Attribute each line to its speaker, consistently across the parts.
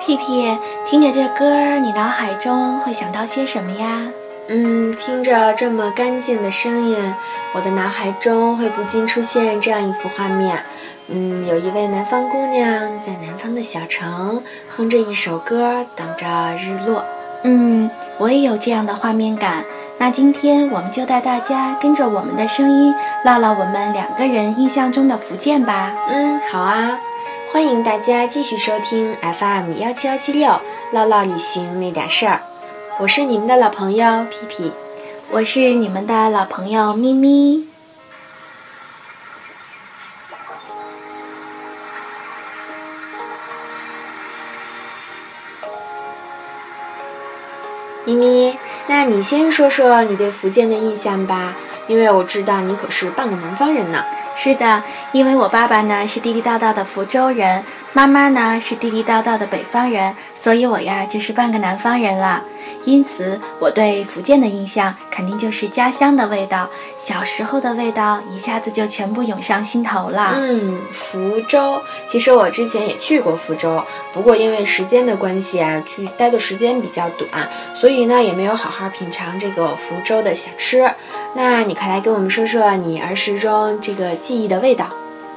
Speaker 1: 屁屁，听着这歌，你脑海中会想到些什么呀？
Speaker 2: 嗯，听着这么干净的声音，我的脑海中会不禁出现这样一幅画面。嗯，有一位南方姑娘在南方的小城哼着一首歌，等着日落。
Speaker 1: 嗯，我也有这样的画面感。那今天我们就带大家跟着我们的声音，唠唠我们两个人印象中的福建吧。
Speaker 2: 嗯，好啊，欢迎大家继续收听 FM 幺七幺七六，唠唠旅行那点事儿。我是你们的老朋友皮皮，
Speaker 1: 我是你们的老朋友咪咪。
Speaker 2: 咪咪，那你先说说你对福建的印象吧，因为我知道你可是半个南方人呢。
Speaker 1: 是的，因为我爸爸呢是地地道道的福州人，妈妈呢是地地道道的北方人，所以我呀就是半个南方人啦。因此，我对福建的印象肯定就是家乡的味道，小时候的味道一下子就全部涌上心头了。
Speaker 2: 嗯，福州，其实我之前也去过福州，不过因为时间的关系啊，去待的时间比较短，所以呢也没有好好品尝这个福州的小吃。那你快来跟我们说说你儿时中这个记忆的味道。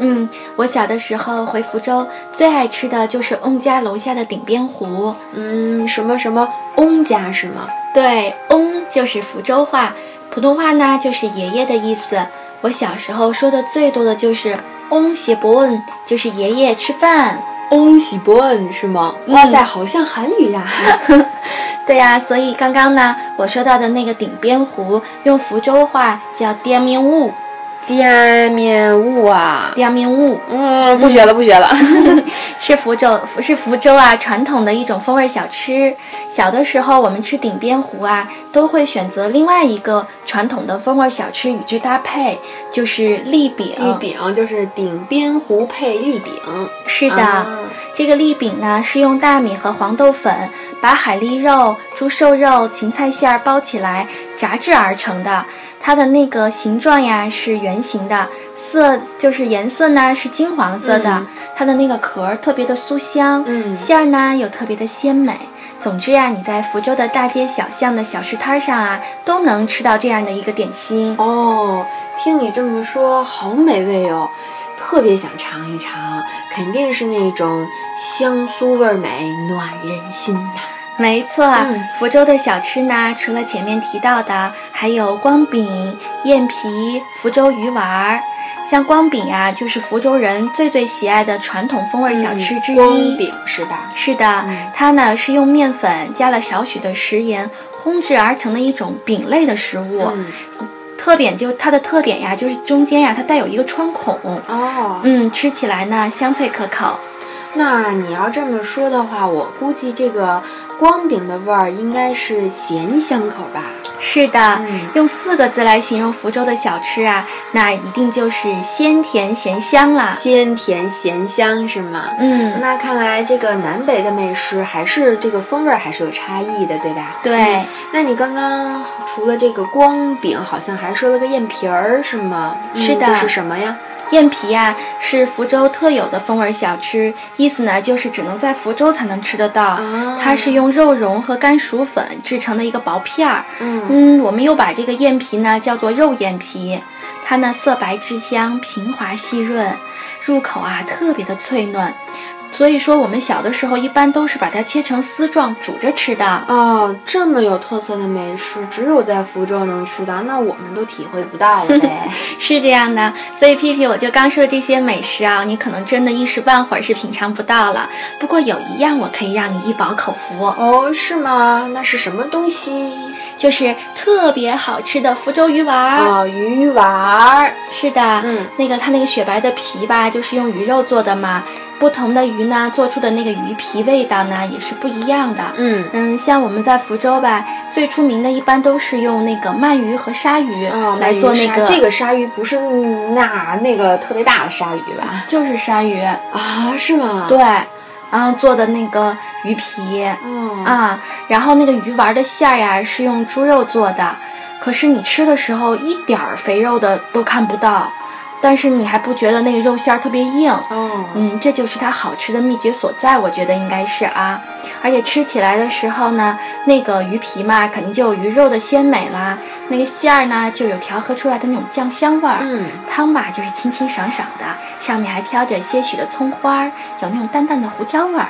Speaker 1: 嗯，我小的时候回福州，最爱吃的就是翁家楼下的顶边糊。
Speaker 2: 嗯，什么什么翁家是吗？
Speaker 1: 对，翁就是福州话，普通话呢就是爷爷的意思。我小时候说的最多的就是翁写伯恩，就是爷爷吃饭。
Speaker 2: 翁喜伯恩是吗？
Speaker 1: 嗯
Speaker 2: 哇塞，好像韩语啊 呀、
Speaker 1: 对呀、所以刚刚呢我说到的那个顶边糊，用福州话叫滇面雾，
Speaker 2: 滇面雾啊。
Speaker 1: 滇面雾
Speaker 2: 嗯，不学了，不学 了。
Speaker 1: 是福州是福州啊传统的一种风味小吃。小的时候我们吃顶边糊啊，都会选择另外一个传统的风味小吃与之搭配，就是栗饼。
Speaker 2: 栗饼就是顶边糊配栗饼。
Speaker 1: 是的。
Speaker 2: 啊
Speaker 1: 这个栗饼呢，是用大米和黄豆粉把海蛎肉、猪瘦肉、芹菜馅儿包起来炸制而成的。它的那个形状呀是圆形的，色就是颜色呢是金黄色的，
Speaker 2: 嗯
Speaker 1: 它的那个壳儿特别的酥香，
Speaker 2: 嗯
Speaker 1: 馅儿呢又特别的鲜美。总之呀、你在福州的大街小巷的小吃摊儿上啊，都能吃到这样的一个点心。
Speaker 2: 哦，听你这么说，好美味哦，特别想尝一尝，肯定是那种香酥味美，暖人心呐。
Speaker 1: 没错，啊
Speaker 2: 嗯
Speaker 1: 福州的小吃呢，除了前面提到的，还有光饼、燕皮、福州鱼丸儿。像光饼啊，就是福州人最最喜爱的传统风味小吃之
Speaker 2: 嗯
Speaker 1: 一。
Speaker 2: 光饼是吧？
Speaker 1: 是的，
Speaker 2: 嗯
Speaker 1: 它呢是用面粉加了少许的食盐烘制而成的一种饼类的食物。
Speaker 2: 嗯
Speaker 1: 特点就是它的特点呀，就是中间呀它带有一个穿孔，
Speaker 2: 哦，
Speaker 1: 嗯，吃起来呢香脆可口。
Speaker 2: 那你要这么说的话，我估计这个光饼的味儿应该是咸香口吧？
Speaker 1: 是的，
Speaker 2: 嗯
Speaker 1: 用四个字来形容福州的小吃啊，那一定就是鲜甜咸香啦。
Speaker 2: 鲜甜咸香是吗？
Speaker 1: 嗯，
Speaker 2: 那看来这个南北的美食还是这个风味儿还是有差异的，对吧？
Speaker 1: 对，
Speaker 2: 那你刚刚除了这个光饼，好像还说了个燕皮儿，是吗？
Speaker 1: 是的
Speaker 2: 嗯、这是什么呀？
Speaker 1: 燕皮呀、是福州特有的风味小吃，意思呢就是只能在福州才能吃得到。
Speaker 2: 啊
Speaker 1: 它是用肉蓉和甘薯粉制成的一个薄片儿。
Speaker 2: 嗯
Speaker 1: 嗯，我们又把这个燕皮呢叫做肉燕皮，它呢色白质香，平滑细润，入口啊特别的脆嫩。所以说，我们小的时候一般都是把它切成丝状煮着吃的。
Speaker 2: 哦，这么有特色的美食，只有在福州能吃到，那我们都体会不到了 呗。
Speaker 1: 是这样的，所以屁屁，我就刚说的这些美食啊，你可能真的一时半会儿是品尝不到了。不过有一样我可以让你一饱口福，
Speaker 2: 哦，是吗？那是什么东西？
Speaker 1: 就是特别好吃的福州鱼丸儿。
Speaker 2: 哦，鱼丸儿。
Speaker 1: 是的，
Speaker 2: 嗯
Speaker 1: 那个它那个雪白的皮吧，就是用鱼肉做的嘛。不同的鱼呢，做出的那个鱼皮味道呢，也是不一样的。
Speaker 2: 嗯，
Speaker 1: 嗯，像我们在福州吧，最出名的一般都是用那个鳗鱼和鲨鱼
Speaker 2: 哦，
Speaker 1: 来
Speaker 2: 鳗鱼
Speaker 1: 做那
Speaker 2: 鲨
Speaker 1: 个，
Speaker 2: 这个鲨鱼不是那那个特别大的鲨鱼吧？
Speaker 1: 就是鲨鱼。
Speaker 2: 啊，是吗？
Speaker 1: 对，然后做的那个鱼皮
Speaker 2: 嗯。
Speaker 1: 啊，然后那个鱼丸的馅儿呀是用猪肉做的，可是你吃的时候一点儿肥肉的都看不到，但是你还不觉得那个肉馅儿特别硬，
Speaker 2: 哦，
Speaker 1: 嗯，这就是它好吃的秘诀所在，我觉得应该是啊。而且吃起来的时候呢，那个鱼皮嘛，肯定就有鱼肉的鲜美啦，那个馅儿呢就有调和出来的那种酱香味儿。
Speaker 2: 嗯，
Speaker 1: 汤吧就是清清爽爽的，上面还飘着些许的葱花儿，有那种淡淡的胡椒味儿，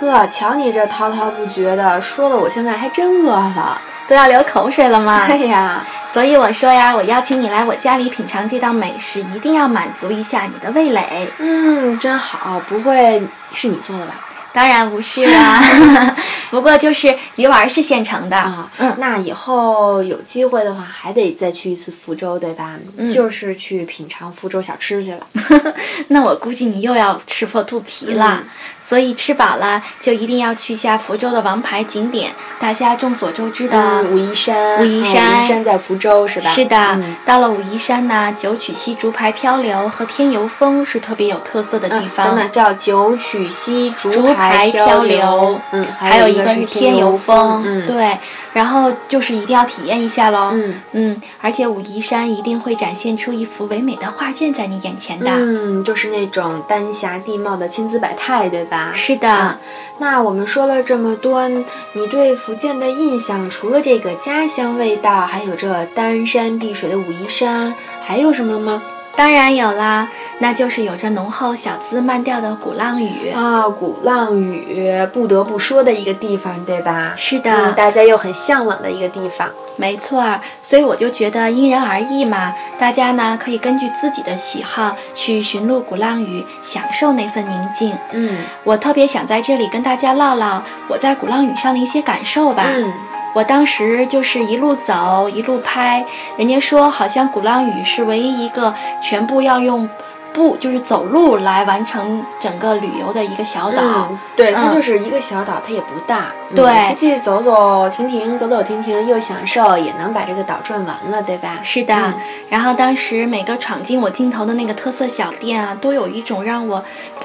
Speaker 2: 呵，瞧你这滔滔不绝的，说的我现在还真饿 了。
Speaker 1: 都要流口水了吗？
Speaker 2: 哎呀，
Speaker 1: 所以我说呀，我邀请你来我家里品尝这道美食，一定要满足一下你的味蕾。
Speaker 2: 嗯，真好，不会是你做的吧？
Speaker 1: 当然不是啦， 不过就是鱼丸是现成的。
Speaker 2: 啊，
Speaker 1: 嗯，
Speaker 2: 那以后有机会的话，还得再去一次福州，对吧？
Speaker 1: 嗯
Speaker 2: 就是去品尝福州小吃去了。
Speaker 1: 那我估计你又要吃破肚皮啦。
Speaker 2: 嗯
Speaker 1: 所以吃饱了就一定要去一下福州的王牌景点，大家众所周知的。
Speaker 2: 嗯，武夷山，
Speaker 1: 啊武
Speaker 2: 嗯
Speaker 1: 夷
Speaker 2: 武
Speaker 1: 山
Speaker 2: 夷山在福州是吧？
Speaker 1: 是的，
Speaker 2: 嗯
Speaker 1: 到了武夷山呐，九曲溪竹排漂流和天游峰是特别有特色的地
Speaker 2: 嗯，
Speaker 1: 方。
Speaker 2: 等等，叫九曲溪
Speaker 1: 竹排漂
Speaker 2: 漂
Speaker 1: 流
Speaker 2: 嗯，
Speaker 1: 还有
Speaker 2: 有
Speaker 1: 一
Speaker 2: 个
Speaker 1: 是
Speaker 2: 天
Speaker 1: 天游
Speaker 2: 峰，嗯，，
Speaker 1: 对，然后就是一定要体验一下喽。
Speaker 2: 嗯
Speaker 1: 嗯而且武夷山一定会展现出一幅唯美的画卷在你眼前的。
Speaker 2: 嗯，就是那种丹霞地貌的千姿百态，对吧？
Speaker 1: 是的、
Speaker 2: 啊那我们说了这么多，你对福建的印象，除了这个家乡味道，还有这丹山碧水的武夷山，还有什么吗？
Speaker 1: 当然有啦，那就是有着浓厚小资慢调的鼓浪屿。
Speaker 2: 啊，鼓浪屿不得不说的一个地方，对吧？
Speaker 1: 是的，
Speaker 2: 嗯，大家又很向往的一个地方。
Speaker 1: 没错儿，所以我就觉得因人而异嘛，大家呢可以根据自己的喜好去寻路鼓浪屿，享受那份宁静。
Speaker 2: 嗯
Speaker 1: 我特别想在这里跟大家唠唠我在鼓浪屿上的一些感受吧。
Speaker 2: 嗯，
Speaker 1: 我当时就是一路走一路拍，人家说好像鼓浪屿是唯一一个全部要用步就是走路来完成整个旅游的一个小岛。
Speaker 2: 嗯，对，它
Speaker 1: 嗯
Speaker 2: 就是一个小岛，它也不大。嗯
Speaker 1: 对
Speaker 2: 估计走走停停，走走停停，又享受，也能把这个岛转完了，对吧？
Speaker 1: 是的，
Speaker 2: 嗯
Speaker 1: 然后当时每个闯进我镜头的那个特色小店啊，都有一种让我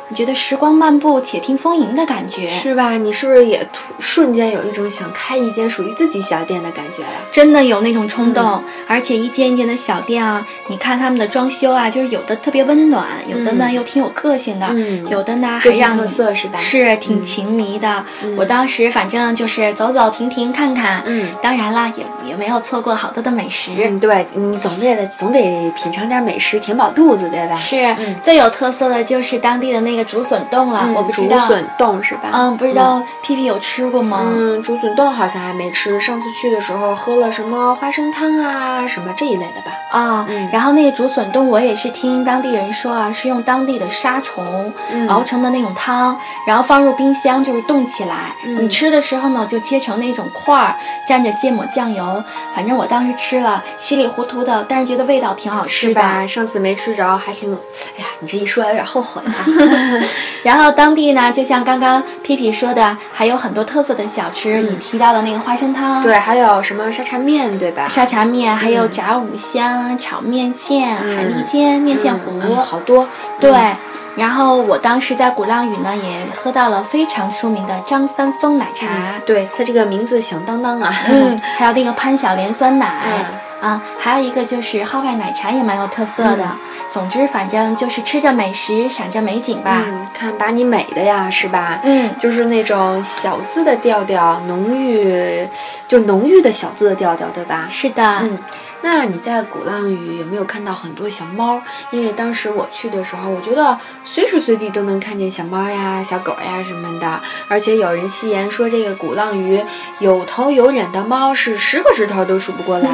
Speaker 1: 嗯觉得时光漫步且听风吟的感觉。
Speaker 2: 是吧？你是不是也突瞬间有一种想开一间属于自己小店的感觉了？
Speaker 1: 真的有那种冲动，嗯而且一间一间的小店啊，你看他们的装修啊，就是有的特别温暖，有的呢、
Speaker 2: 嗯
Speaker 1: 又挺有个性的，
Speaker 2: 嗯
Speaker 1: 有的呢还
Speaker 2: 各具
Speaker 1: 让
Speaker 2: 特
Speaker 1: 你
Speaker 2: 色是吧？
Speaker 1: 是挺情迷的。
Speaker 2: 嗯
Speaker 1: 我当时反正就是走走停停看看，
Speaker 2: 嗯
Speaker 1: 当然啦，也也没有错过好多的美食。
Speaker 2: 嗯，对你总得总得品尝点美食，填饱肚子，对吧？
Speaker 1: 是、
Speaker 2: 嗯
Speaker 1: 最有特色的就是当地的那个竹笋冻了，
Speaker 2: 嗯
Speaker 1: 啊我不知
Speaker 2: 竹
Speaker 1: 道，
Speaker 2: 笋冻是吧？
Speaker 1: 嗯，不知道屁屁有吃过吗？
Speaker 2: 嗯，竹笋冻好像还没吃，上次去的时候喝了什么花生汤啊，什么这一类的吧。
Speaker 1: 啊、
Speaker 2: 嗯
Speaker 1: 然后那个竹笋冻，我也是听当地人说啊，是用当地的沙虫
Speaker 2: 嗯
Speaker 1: 熬成的那种汤，然后放入冰箱就是冻起来。
Speaker 2: 嗯
Speaker 1: 你吃的时候呢，就切成那种块儿，蘸着芥末酱油。反正我当时吃了，稀里糊涂的，但是觉得味道挺好吃
Speaker 2: 是
Speaker 1: 的。
Speaker 2: 吧？上次没吃着，还挺……哎呀，你这一说有点后悔啊。
Speaker 1: 然后当地呢，就像刚刚皮皮说的，还有很多特色的小
Speaker 2: 嗯
Speaker 1: 吃，你提到的那个花生汤。
Speaker 2: 对，还有什么沙茶面，对吧？
Speaker 1: 沙茶面，还
Speaker 2: 嗯
Speaker 1: 有炸五香、炒面线、海蛎煎、面线糊，
Speaker 2: 嗯嗯好多。
Speaker 1: 对
Speaker 2: 嗯，
Speaker 1: 然后我当时在鼓浪屿呢，也喝到了非常出名的张三丰奶茶，
Speaker 2: 嗯对，它这个名字响当当啊。
Speaker 1: 嗯，还有那个潘晓莲酸奶，
Speaker 2: 嗯
Speaker 1: 啊，还有一个就是号外奶茶也蛮有特色的。
Speaker 2: 嗯
Speaker 1: 总之，反正就是吃着美食，赏着美景吧。
Speaker 2: 嗯，看把你美的呀，是吧？
Speaker 1: 嗯
Speaker 2: 就是那种小资的调调，浓郁，就浓郁的小资的调调，对吧？
Speaker 1: 是的，
Speaker 2: 嗯，那你在鼓浪屿有没有看到很多小猫？因为当时我去的时候，我觉得随时随地都能看见小猫呀、小狗呀什么的，而且有人戏言说这个鼓浪屿有头有脸的猫是十个指头都数不过来。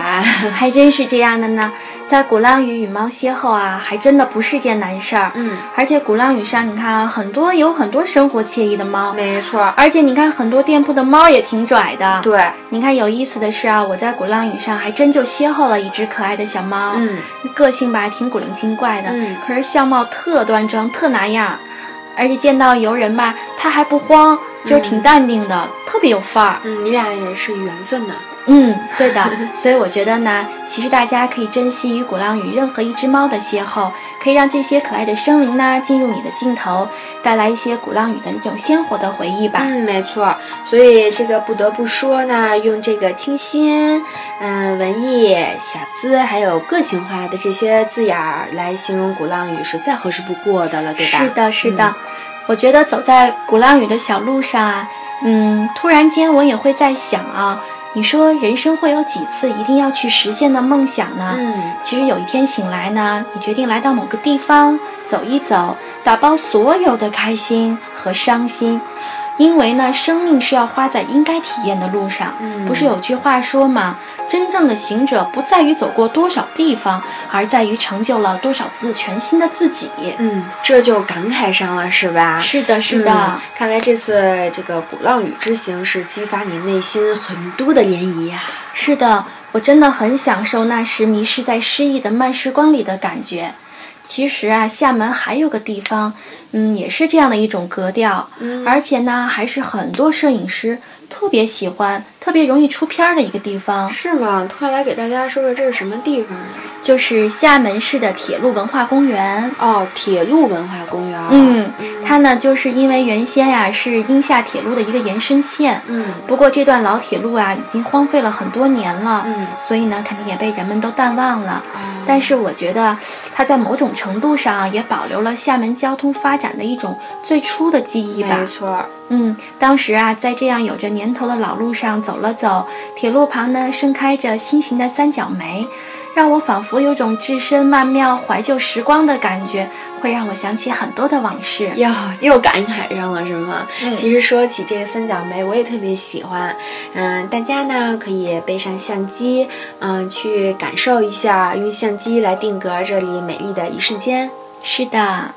Speaker 1: 还真是这样的呢。在鼓浪屿与猫邂逅啊，还真的不是件难事儿。
Speaker 2: 嗯，
Speaker 1: 而且鼓浪屿上，你看啊，很多有很多生活惬意的猫，
Speaker 2: 没错，
Speaker 1: 而且你看很多店铺的猫也挺拽的。
Speaker 2: 对，
Speaker 1: 你看，有意思的是啊，我在鼓浪屿上还真就邂逅了一只可爱的小猫，
Speaker 2: 嗯，
Speaker 1: 个性吧挺古灵精怪的，
Speaker 2: 嗯
Speaker 1: 可是相貌特端庄，特拿样儿，而且见到游人吧，它还不慌，就是
Speaker 2: 嗯
Speaker 1: 挺淡定的，特别有范儿。
Speaker 2: 嗯，你俩也是缘分呢。
Speaker 1: 嗯，对的。所以我觉得呢，其实大家可以珍惜与鼓浪屿任何一只猫的邂逅，可以让这些可爱的生灵呢进入你的镜头，带来一些鼓浪屿的那种鲜活的回忆吧。
Speaker 2: 嗯，没错。所以这个不得不说呢，用这个清新、嗯、文艺、味、小资，还有个性化的这些字眼儿来形容鼓浪屿是再合适不过的了，嗯对吧？
Speaker 1: 是的，是的。我觉得走在鼓浪屿的小路上啊，嗯，突然间我也会在想啊，你说人生会有几次一定要去实现的梦想呢？
Speaker 2: 嗯，
Speaker 1: 其实有一天醒来呢，你决定来到某个地方走一走，打包所有的开心和伤心，因为呢，生命是要花在应该体验的路上。
Speaker 2: 嗯
Speaker 1: 不是有句话说吗？真正的行者不在于走过多少地方，而在于成就了多少次全新的自己。
Speaker 2: 嗯，这就感慨上了，是吧？
Speaker 1: 是的，是的，
Speaker 2: 嗯看来这次这个鼓浪屿之行是激发你内心很多的涟漪啊呀、
Speaker 1: 是的，我真的很享受那时迷失在诗意的慢时光里的感觉。其实啊，厦门还有个地方，嗯，也是这样的一种格调，
Speaker 2: 嗯
Speaker 1: 而且呢，还是很多摄影师特别喜欢、特别容易出片儿的一个地方，
Speaker 2: 是吗？快来给大家说说这是什么地方啊？
Speaker 1: 就是厦门市的铁路文化公园。
Speaker 2: 哦，铁路文化公园。
Speaker 1: 嗯，它呢，就是因为原先呀、是英厦铁路的一个延伸线，
Speaker 2: 嗯
Speaker 1: 不过这段老铁路啊已经荒废了很多年了，
Speaker 2: 嗯
Speaker 1: 所以呢，肯定也被人们都淡忘了。
Speaker 2: 哦
Speaker 1: 但是我觉得，它在某种程度上也保留了厦门交通发展的一种最初的记忆吧
Speaker 2: 没。错儿，
Speaker 1: 嗯，当时啊，在这样有着年头的老路上走了走，铁路旁呢盛开着新型的三角梅，让我仿佛有种置身曼妙怀旧时光的感觉，会让我想起很多的往事。
Speaker 2: 哟，又感慨上了是吗？
Speaker 1: 嗯
Speaker 2: 其实说起这个三角梅，我也特别喜欢。嗯，大家呢可以背上相机，嗯，去感受一下，用相机来定格这里美丽的一瞬间。
Speaker 1: 是的，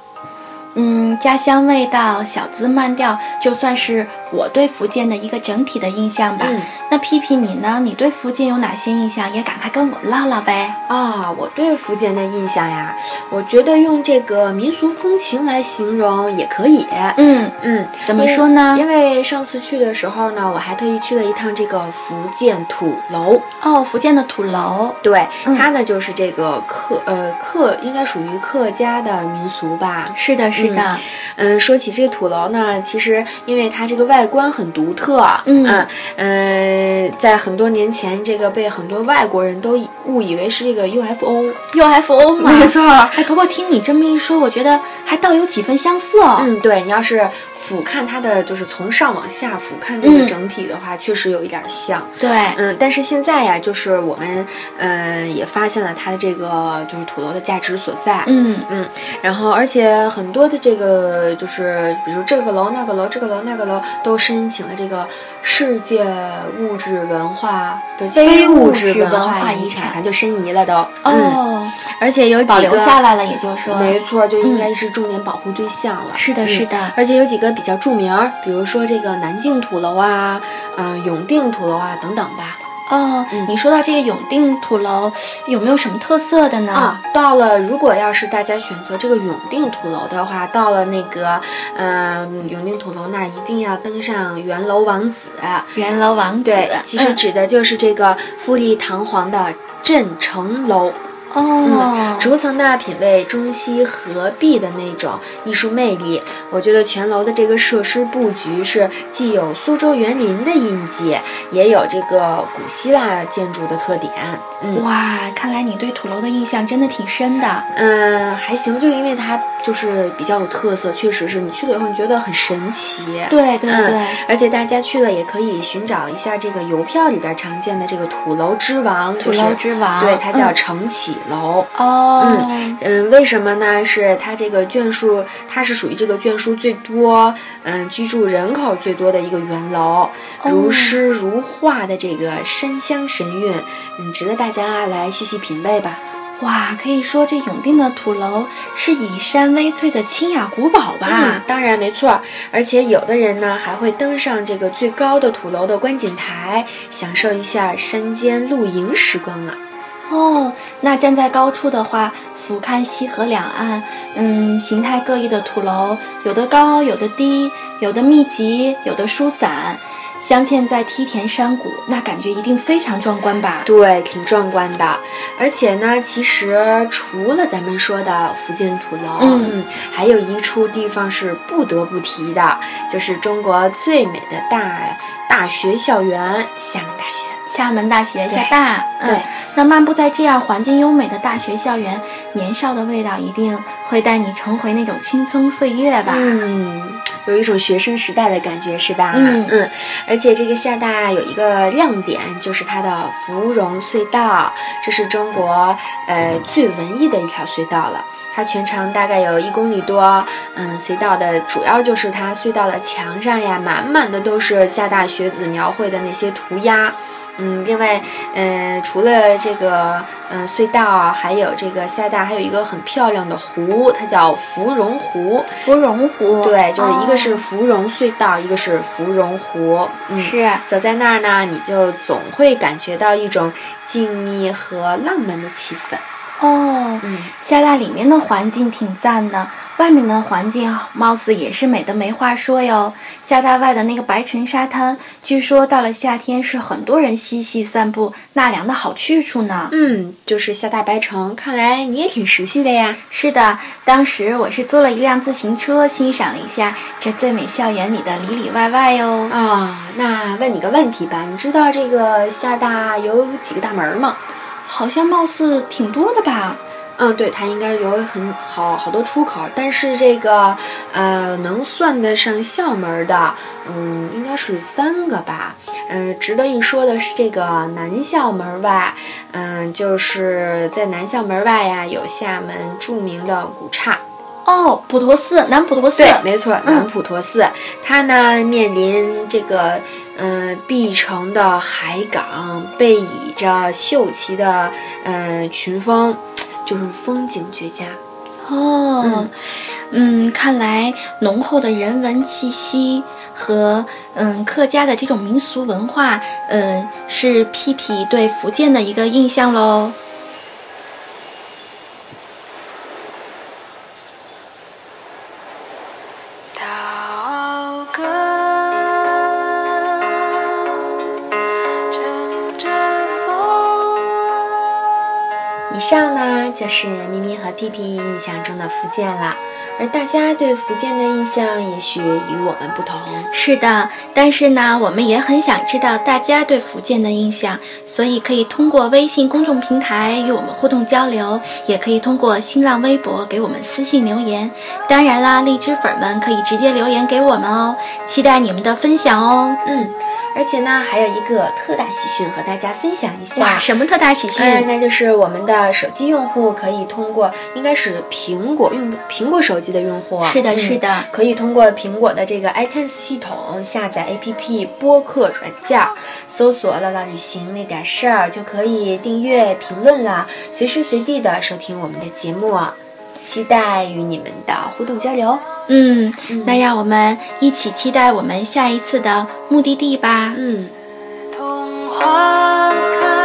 Speaker 1: 嗯，家乡味道、小资慢调，就算是我对福建的一个整体的印象吧。
Speaker 2: 嗯
Speaker 1: 那屁屁你呢？你对福建有哪些印象？也赶快跟我唠唠呗。
Speaker 2: 啊、我对福建的印象呀，我觉得用这个民俗风情来形容也可以。
Speaker 1: 嗯，
Speaker 2: 嗯，
Speaker 1: 怎么
Speaker 2: 因为
Speaker 1: 说呢？
Speaker 2: 因为上次去的时候呢，我还特意去了一趟这个福建土楼，
Speaker 1: 哦，福建的土楼。
Speaker 2: 对，
Speaker 1: 嗯
Speaker 2: 它呢就是这个客呃客应该属于客家的民俗吧。
Speaker 1: 是的，是的，
Speaker 2: 嗯，说起这个土楼呢，其实因为它这个外观很独特，
Speaker 1: 嗯
Speaker 2: 嗯、呃在很多年前，这个被很多外国人都以误以为是这个 UFO，
Speaker 1: 又 FO 嘛。
Speaker 2: 错。
Speaker 1: 哎，不过听你这么一说，我觉得还倒有几分相似哦。
Speaker 2: 嗯，对你要是俯瞰它的，就是从上往下俯瞰这个
Speaker 1: 嗯
Speaker 2: 整体的话，确实有一点像。
Speaker 1: 对，
Speaker 2: 嗯，但是现在呀，就是我们，嗯、也发现了它的这个就是土楼的价值所在。
Speaker 1: 嗯，
Speaker 2: 然后，而且很多的这个就是，比如这个楼、那个楼、这个楼、那个楼，都申请了这个世界物质文化的
Speaker 1: 非
Speaker 2: 物
Speaker 1: 物
Speaker 2: 质
Speaker 1: 质
Speaker 2: 文
Speaker 1: 文化
Speaker 2: 遗
Speaker 1: 遗
Speaker 2: 产，
Speaker 1: 产
Speaker 2: 反正就申遗了都。嗯，
Speaker 1: 哦，
Speaker 2: 而且有几个
Speaker 1: 保留下来了，也就是说，
Speaker 2: 没错，就应该是重点保护对象了。
Speaker 1: 是的，
Speaker 2: 嗯
Speaker 1: 是的。
Speaker 2: 而且有几个比较著名儿，比如说这个南靖土楼啊，嗯、永定土楼啊等等吧。
Speaker 1: 哦，
Speaker 2: 嗯
Speaker 1: 你说到这个永定土楼，有没有什么特色的呢？
Speaker 2: 啊，到了，如果要是大家选择这个永定土楼的话，到了那个，嗯、永定土楼那儿一定要登上元楼王子。
Speaker 1: 元楼王子，
Speaker 2: 对，其实
Speaker 1: 嗯
Speaker 2: 指的就是这个富丽堂皇的镇城楼，
Speaker 1: 哦，
Speaker 2: 逐层的品味中西合璧的那种艺术魅力。我觉得全楼的这个设施布局是既有苏州园林的印记，也有这个古希腊建筑的特点。嗯，
Speaker 1: 哇，看来你对土楼的印象真的挺深的。
Speaker 2: 嗯，还行，就因为它就是比较有特色，确实是你去了以后你觉得很神奇。
Speaker 1: 对对
Speaker 2: 嗯
Speaker 1: 对，
Speaker 2: 而且大家去了也可以寻找一下这个邮票里边常见的这个土楼之王，
Speaker 1: 土
Speaker 2: 就是
Speaker 1: 楼之王，
Speaker 2: 对，它叫
Speaker 1: 嗯
Speaker 2: 承启楼。
Speaker 1: 哦，
Speaker 2: 嗯，为什么呢？是它这个眷属，它是属于这个眷属最多，嗯，居住人口最多的一个园楼，如
Speaker 1: 哦
Speaker 2: 诗如画的这个山乡神韵，嗯，值得大家来细细品味吧。
Speaker 1: 哇，可以说这永定的土楼是以山为翠的清雅古堡
Speaker 2: 嗯
Speaker 1: 吧？，
Speaker 2: 当然没错儿，而且有的人呢还会登上这个最高的土楼的观景台，享受一下山间露营时光啊。
Speaker 1: 哦，那站在高处的话，俯瞰西河两岸，嗯，形态各异的土楼，有的高，有的低，有的密集，有的疏散，镶嵌在梯田山谷，那感觉一定非常壮观吧？
Speaker 2: 对，挺壮观的。而且呢，其实除了咱们说的福建土楼，
Speaker 1: 嗯
Speaker 2: 还有一处地方是不得不提的，就是中国最美的大大学校园——厦门大学。
Speaker 1: 厦门大学，
Speaker 2: 对
Speaker 1: 厦大，嗯
Speaker 2: 对，
Speaker 1: 那漫步在这样环境优美的大学校园，年少的味道一定会带你重回那种青葱岁月吧。
Speaker 2: 嗯。有一种学生时代的感觉，是吧？
Speaker 1: 嗯
Speaker 2: 嗯，而且这个厦大有一个亮点，就是它的芙蓉隧道，这是中国呃最文艺的一条隧道了。它全长大概有一公里多，嗯，隧道的主要就是它隧道的墙上呀，满满的都是厦大学子描绘的那些涂鸦。嗯，另外，呃，除了这个，呃，隧道啊，还有这个厦大还有一个很漂亮的湖，它叫芙蓉湖。
Speaker 1: 芙蓉湖，
Speaker 2: 对，就是一个是
Speaker 1: 哦
Speaker 2: 芙蓉隧道，一个是芙蓉湖。嗯，
Speaker 1: 是。
Speaker 2: 走在那儿呢，你就总会感觉到一种静谧和浪漫的气氛。
Speaker 1: 哦，
Speaker 2: 嗯，
Speaker 1: 厦大里面的环境挺赞的，外面的环境啊貌似也是美的没话说哟。厦大外的那个白城沙滩，据说到了夏天是很多人嬉戏散步纳凉的好去处呢。
Speaker 2: 嗯，就是厦大白城，看来你也挺熟悉的呀。
Speaker 1: 是的，当时我是租了一辆自行车，欣赏了一下这最美校园里的里里外外哦哟。
Speaker 2: 啊、那问你个问题吧，你知道这个厦大有几个大门吗？
Speaker 1: 好像貌似挺多的吧？
Speaker 2: 嗯，对，它应该有很好好多出口，但是这个，呃，能算得上校门的，嗯，应该是三个吧。嗯、值得一说的是，这个南校门外，嗯、就是在南校门外呀，有厦门著名的古刹。
Speaker 1: 哦，普陀寺，南普陀寺。
Speaker 2: 对，没错，南普陀寺，它呢面临这个，嗯、碧城的海港，背倚着秀奇的，嗯群峰，就是风景绝佳。
Speaker 1: 哦，嗯，看来浓厚的人文气息和嗯客家的这种民俗文化，嗯，是屁屁对福建的一个印象喽。
Speaker 3: 祷告，乘着风。
Speaker 2: 以上呢就是咪咪和屁屁印象中的福建了，而大家对福建的印象也许与我们不同。
Speaker 1: 是的，但是呢，我们也很想知道大家对福建的印象，所以可以通过微信公众平台与我们互动交流，也可以通过新浪微博给我们私信留言。当然啦，荔枝粉们可以直接留言给我们哦，期待你们的分享哦。
Speaker 2: 嗯，而且呢还有一个特大喜讯和大家分享一下。
Speaker 1: 哇，什么特大喜讯？
Speaker 2: 哎，那就是我们的手机用户可以通过，应该是苹果用苹果手机的用户啊，
Speaker 1: 是的，
Speaker 2: 嗯
Speaker 1: 是的，
Speaker 2: 可以通过苹果的这个 iTunes 系统下载 APP 播客软件儿，搜索“唠唠旅行那点事儿”，就可以订阅、评论啦，随时随地的收听我们的节目啊。期待与你们的互动交流。
Speaker 1: 嗯，那让我们一起期待我们下一次的目的地吧。
Speaker 2: 嗯，
Speaker 3: 童话开